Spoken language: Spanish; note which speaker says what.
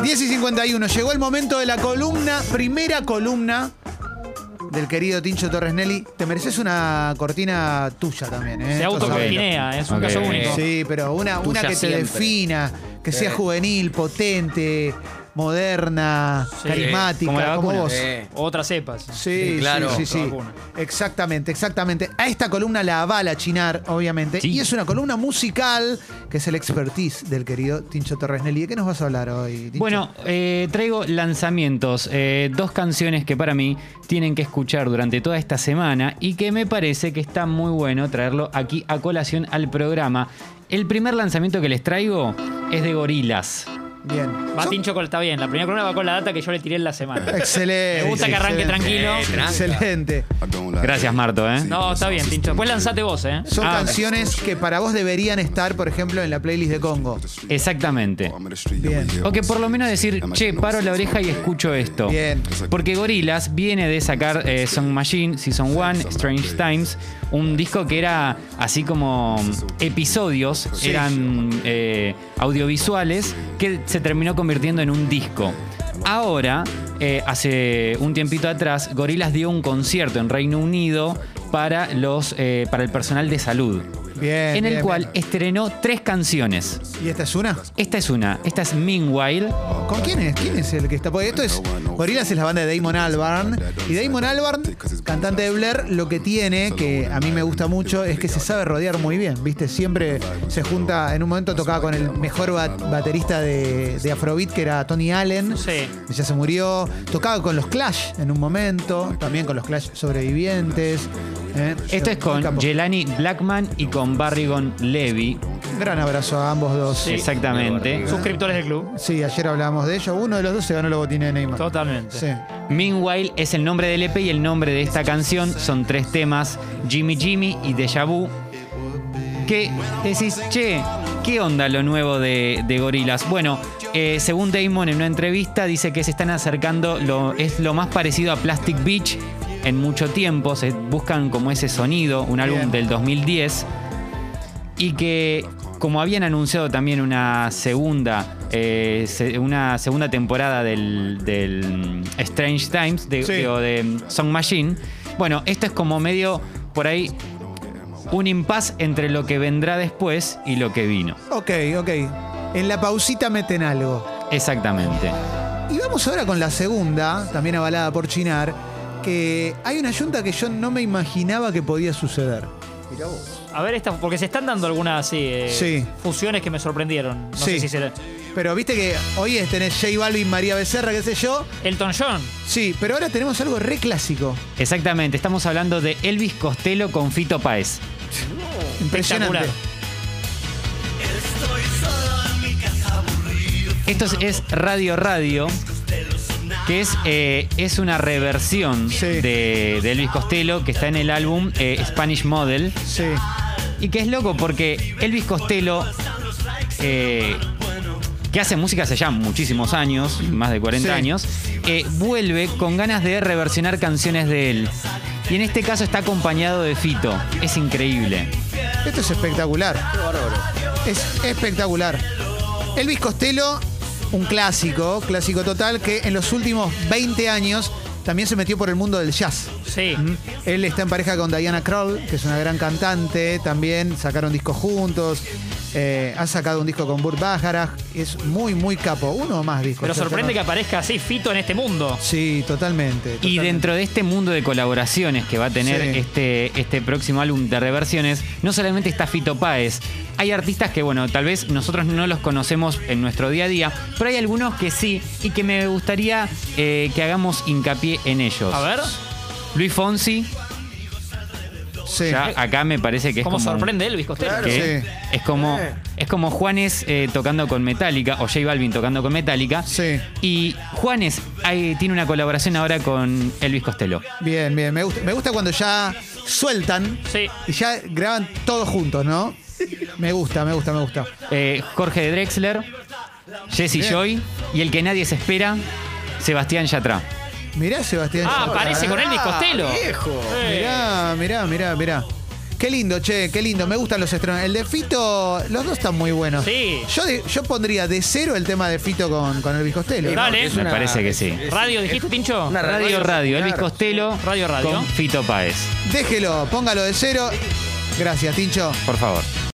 Speaker 1: 10 y 51. Llegó el momento de la columna, primera columna del querido Tincho Torres Nelly. Te mereces una cortina tuya también, ¿eh?
Speaker 2: Se
Speaker 1: Esto sabe.
Speaker 2: autocompinea, es un
Speaker 3: Ok.
Speaker 2: caso único.
Speaker 1: Sí, pero una, una
Speaker 4: Tuya
Speaker 1: que te
Speaker 4: siempre.
Speaker 1: defina, que sea juvenil, potente, moderna,
Speaker 2: Sí.
Speaker 1: carismática,
Speaker 2: Como la
Speaker 1: como
Speaker 2: vacuna.
Speaker 1: vos.
Speaker 4: Eh,
Speaker 2: Otras cepas.
Speaker 1: Sí,
Speaker 4: Sí, claro.
Speaker 1: sí, sí, sí.
Speaker 2: Vacuna.
Speaker 1: Exactamente, exactamente. A esta columna la avala Chinar, obviamente.
Speaker 2: Sí.
Speaker 1: Y es una columna musical, que es el expertise del querido Tincho Torres Nelly. ¿De qué nos vas a hablar hoy, Tincho?
Speaker 2: Bueno, eh, traigo lanzamientos, eh, dos canciones que para mí tienen que escuchar durante toda esta semana y que me parece que está muy bueno traerlo aquí a colación al programa. El primer lanzamiento que les traigo es de Gorilas.
Speaker 1: bien.
Speaker 2: Va
Speaker 1: Son-
Speaker 2: Tincho con- está bien, la primera columna va con la data que yo le tiré en la semana.
Speaker 1: Excelente.
Speaker 2: Me gusta que arranque
Speaker 1: excelente.
Speaker 2: tranquilo.
Speaker 4: eh, tranca.
Speaker 1: Excelente.
Speaker 2: Gracias, Marto, ¿eh?
Speaker 5: No, está bien, Tincho.
Speaker 2: Después lanzate vos, ¿eh?
Speaker 1: Son
Speaker 2: Ah,
Speaker 1: canciones que para vos deberían estar, por ejemplo, en la playlist de Congo.
Speaker 2: Exactamente.
Speaker 1: Bien.
Speaker 2: O que por lo menos decir, che, paro la oreja y escucho esto.
Speaker 1: Bien.
Speaker 2: Porque Gorillaz viene de sacar eh, Song Machine, Season 1, Strange Times, un disco que era así como episodios, eran eh, audiovisuales, que se terminó convirtiendo en un disco. Ahora, eh, hace un tiempito atrás, Gorillaz dio un concierto en Reino Unido para, los, eh, para el personal de salud,
Speaker 1: Bien.
Speaker 2: en el
Speaker 1: bien,
Speaker 2: cual
Speaker 1: bien.
Speaker 2: estrenó tres canciones.
Speaker 1: ¿Y esta es una?
Speaker 2: Esta es una, esta es Meanwhile.
Speaker 1: ¿Con quién es? ¿Quién es el que está? Porque esto es. Gorillaz es la banda de Damon Albarn. Y Damon Albarn, cantante de Blair, lo que tiene, que a mí me gusta mucho, es que se sabe rodear muy bien. ¿Viste? Siempre se junta. En un momento tocaba con el mejor bat- baterista de, de Afrobeat, que era Tony Allen.
Speaker 2: Sí.
Speaker 1: que Ya se murió. Tocaba con los Clash en un momento. También con los Clash sobrevivientes. ¿eh?
Speaker 2: Esto Este es
Speaker 1: Un
Speaker 2: con
Speaker 1: capo.
Speaker 2: Jelani Blackman y con Barrigon Levy.
Speaker 1: Gran abrazo a ambos dos.
Speaker 2: Sí, Exactamente.
Speaker 5: Suscriptores del club.
Speaker 1: Sí, ayer hablábamos de ellos. Uno de los dos se ganó los botines de Neymar.
Speaker 5: Totalmente.
Speaker 1: Sí.
Speaker 2: Meanwhile es el nombre del EP y el nombre de esta canción son tres temas, Jimmy Jimmy y Deja Vu. Que decís, che, ¿qué onda lo nuevo de, de Gorilas? Bueno, eh, según Damon en una entrevista dice que se están acercando, lo, es lo más parecido a Plastic Beach en mucho tiempo, se buscan como ese sonido, un álbum
Speaker 1: Bien.
Speaker 2: del 2010. y que como habían anunciado también una segunda eh, se- una segunda temporada del, del Strange Times de,
Speaker 1: Sí.
Speaker 2: digo, de mm, Song Machine bueno esto es como medio por ahí un impas entre lo que vendrá después y lo que vino
Speaker 1: Ok, ok. En la pausita meten algo.
Speaker 2: exactamente
Speaker 1: Y vamos ahora con la segunda, también avalada por Chinar, que hay una yunta que yo no me imaginaba que podía suceder.
Speaker 5: A ver, esta, porque se están dando algunas así, eh,
Speaker 1: Sí.
Speaker 5: fusiones que me sorprendieron. No
Speaker 1: Sí.
Speaker 5: sé si será.
Speaker 1: Pero viste que hoy es tenés J Balvin, María Becerra, qué sé yo.
Speaker 5: Elton John.
Speaker 1: Sí, pero ahora tenemos algo re clásico.
Speaker 2: exactamente estamos hablando de Elvis Costello con Fito Páez
Speaker 1: Impresionante.
Speaker 5: Espectacular.
Speaker 2: esto es- es Radio Radio que es, eh, es una reversión
Speaker 1: Sí.
Speaker 2: de, de Elvis Costello que está en el álbum eh, Spanish Model
Speaker 1: Sí.
Speaker 2: y que es loco porque Elvis Costello, eh, que hace música hace ya muchísimos años, más de 40
Speaker 1: Sí.
Speaker 2: años, eh, vuelve con ganas de reversionar canciones de él. Y en este caso está acompañado de Fito. Es increíble.
Speaker 1: Esto es espectacular. Es espectacular. Elvis Costello, un clásico, clásico total, que en los últimos 20 años también se metió por el mundo del jazz. ¿Mm?
Speaker 5: Sí.
Speaker 1: Él está en pareja con Diana Krall, que es una gran cantante, también sacaron discos juntos, eh, ha sacado un disco con Burt Bacharach, es muy, muy capo, uno o más discos.
Speaker 5: Pero sorprende que aparezca así Fito en este mundo.
Speaker 1: Sí, totalmente.
Speaker 2: Y
Speaker 1: totalmente.
Speaker 2: dentro de este mundo de colaboraciones que va a tener
Speaker 1: Sí.
Speaker 2: este, este próximo álbum de reversiones, no solamente está Fito Páez, hay artistas que, bueno, tal vez nosotros no los conocemos en nuestro día a día, pero hay algunos que sí y que me gustaría eh, que hagamos hincapié en ellos.
Speaker 5: A ver,
Speaker 2: Luis Fonsi,
Speaker 1: Sí.
Speaker 2: ya acá me parece que es
Speaker 5: cómo
Speaker 2: como...
Speaker 5: sorprende Elvis Costello.
Speaker 2: que
Speaker 1: Sí.
Speaker 2: es, como, es como Juanes eh, tocando con Metallica o J Balvin tocando con Metallica.
Speaker 1: Sí.
Speaker 2: Y Juanes ahí tiene una colaboración ahora con Elvis Costello.
Speaker 1: Bien, bien. Me gusta, me gusta cuando ya sueltan
Speaker 5: Sí.
Speaker 1: y ya graban todos juntos, ¿no? Me gusta, me gusta, me gusta.
Speaker 2: Eh, Jorge de Drexler, Jesse
Speaker 1: Bien.
Speaker 2: Joy y el que nadie se espera, Sebastián Yatra.
Speaker 1: Mirá, Sebastián.
Speaker 5: Ah,
Speaker 1: Yatra,
Speaker 5: aparece
Speaker 1: ¿eh?
Speaker 5: con Elvis Costello.
Speaker 4: Viejo.
Speaker 5: Eh,
Speaker 1: Mirá, mirá, mirá, mirá. Qué lindo, che, qué lindo. Me gustan los estrenos. El de Fito, los dos están muy buenos.
Speaker 5: Sí.
Speaker 1: Yo, de- yo pondría de cero el tema de Fito con, con Elvis Costello.
Speaker 5: Dale.
Speaker 3: porque es
Speaker 2: Me parece que sí.
Speaker 3: es-
Speaker 5: Radio,
Speaker 3: es-
Speaker 5: dijiste, Tincho.
Speaker 3: una
Speaker 2: Radio Radio, Elvis
Speaker 3: popular.
Speaker 2: Costello.
Speaker 5: Radio Radio.
Speaker 2: Con Fito Páez.
Speaker 1: Déjelo, póngalo de cero. Gracias, Tincho.
Speaker 2: Por favor.